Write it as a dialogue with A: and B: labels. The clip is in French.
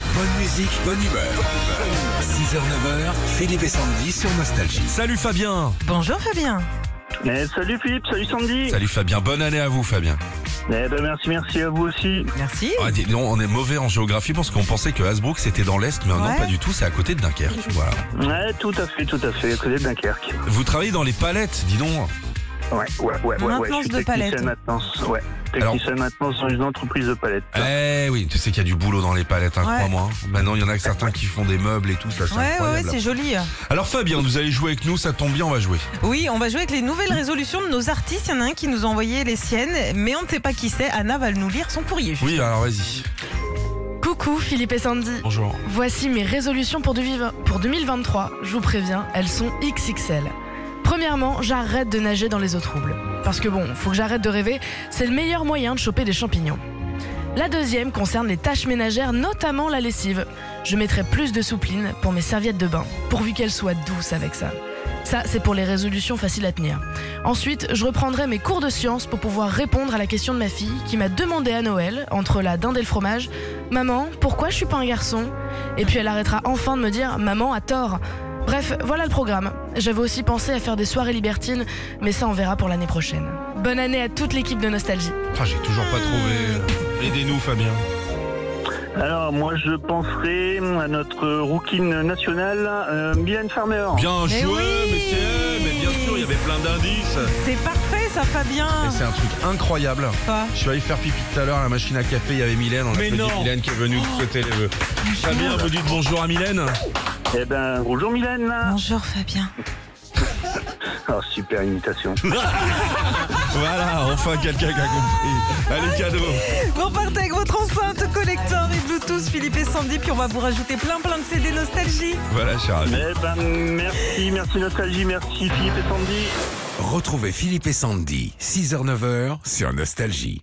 A: Bonne musique, bonne humeur. 6h, 9h, Philippe et Sandy sur Nostalgie.
B: Salut Fabien
C: Bonjour Fabien.
D: Eh, salut Philippe, salut Sandy.
B: Salut Fabien, bonne année à vous Fabien.
D: Eh ben merci, merci à vous aussi.
C: Merci.
B: Ah, dis donc, on est mauvais en géographie parce qu'on pensait que Hasbrook c'était dans l'Est, mais non
C: Ouais.
B: pas du tout, c'est à côté de Dunkerque. Voilà.
D: Ouais, tout à fait, tout à fait, à côté de Dunkerque.
B: Vous travaillez dans les palettes, dis donc.
D: Ouais, ouais, ouais, ouais, ouais. Je
C: Maintenance
D: suis
C: de
D: technicien
C: palettes.
D: maintenance, ouais. Technicien maintenance dans une entreprise de palettes.
B: Eh oui, tu sais qu'il y a du boulot dans les palettes, hein,
C: Ouais.
B: crois-moi. hein. Maintenant il y en a que certains qui font des meubles et tout, ça c'est
C: Ouais, ouais, ouais,
B: incroyable.
C: c'est joli.
B: Alors Fabien, vous allez jouer avec nous, ça tombe bien, on va jouer.
C: Oui, on va jouer avec les nouvelles résolutions de nos artistes. Il y en a un qui nous a envoyé les siennes, mais on ne sait pas qui c'est. Anna va nous lire son courrier. juste.
B: Oui, alors vas-y.
E: Coucou Philippe et Sandy.
B: Bonjour.
E: Voici mes résolutions pour, 2020 pour 2023. Je vous préviens, elles sont XXL. Premièrement, j'arrête de nager dans les eaux troubles. Parce que bon, faut que j'arrête de rêver, c'est le meilleur moyen de choper des champignons. La deuxième concerne les tâches ménagères, notamment la lessive. Je mettrai plus de soupline pour mes serviettes de bain, pourvu qu'elles soient douces avec ça. Ça, c'est pour les résolutions faciles à tenir. Ensuite, je reprendrai mes cours de sciences pour pouvoir répondre à la question de ma fille qui m'a demandé à Noël, entre la dinde et le fromage, Maman, pourquoi je suis pas un garçon Et puis elle arrêtera enfin de me dire Maman a tort. Bref, voilà le programme. J'avais aussi pensé à faire des soirées libertines, mais ça on verra pour l'année prochaine. Bonne année à toute l'équipe de Nostalgie.
B: Ah, j'ai toujours pas trouvé. euh, Aidez-nous Fabien.
D: Alors, moi, je penserai à notre rookie nationale, euh, Mylène Farmer.
B: Bien
C: Oh. Mais
B: joué,
C: oui.
B: messieurs, mais bien sûr, il y avait plein d'indices.
C: C'est parfait ça, Fabien.
B: Et c'est un truc incroyable.
C: Pas.
B: Je suis allé faire pipi tout à l'heure à la machine à café, il y avait Mylène, on a
F: Mais
B: applaudi
F: non.
B: Mylène qui est venue
C: Oh.
B: nous souhaiter les vœux. Fabien, vous dites bonjour à Mylène
D: Eh ben, bonjour Mylène.
C: Bonjour Fabien.
D: Ah, super imitation.
B: Voilà, enfin quelqu'un qui a compris. Allez, cadeau
C: Vous partez avec votre enceinte collector et Bluetooth, Philippe et Sandy, puis on va vous rajouter plein plein de CD nostalgie.
B: Voilà, cher ami.
D: eh ben, merci, merci Nostalgie, merci Philippe et Sandy.
A: Retrouvez Philippe et Sandy, 6h, 9h sur Nostalgie.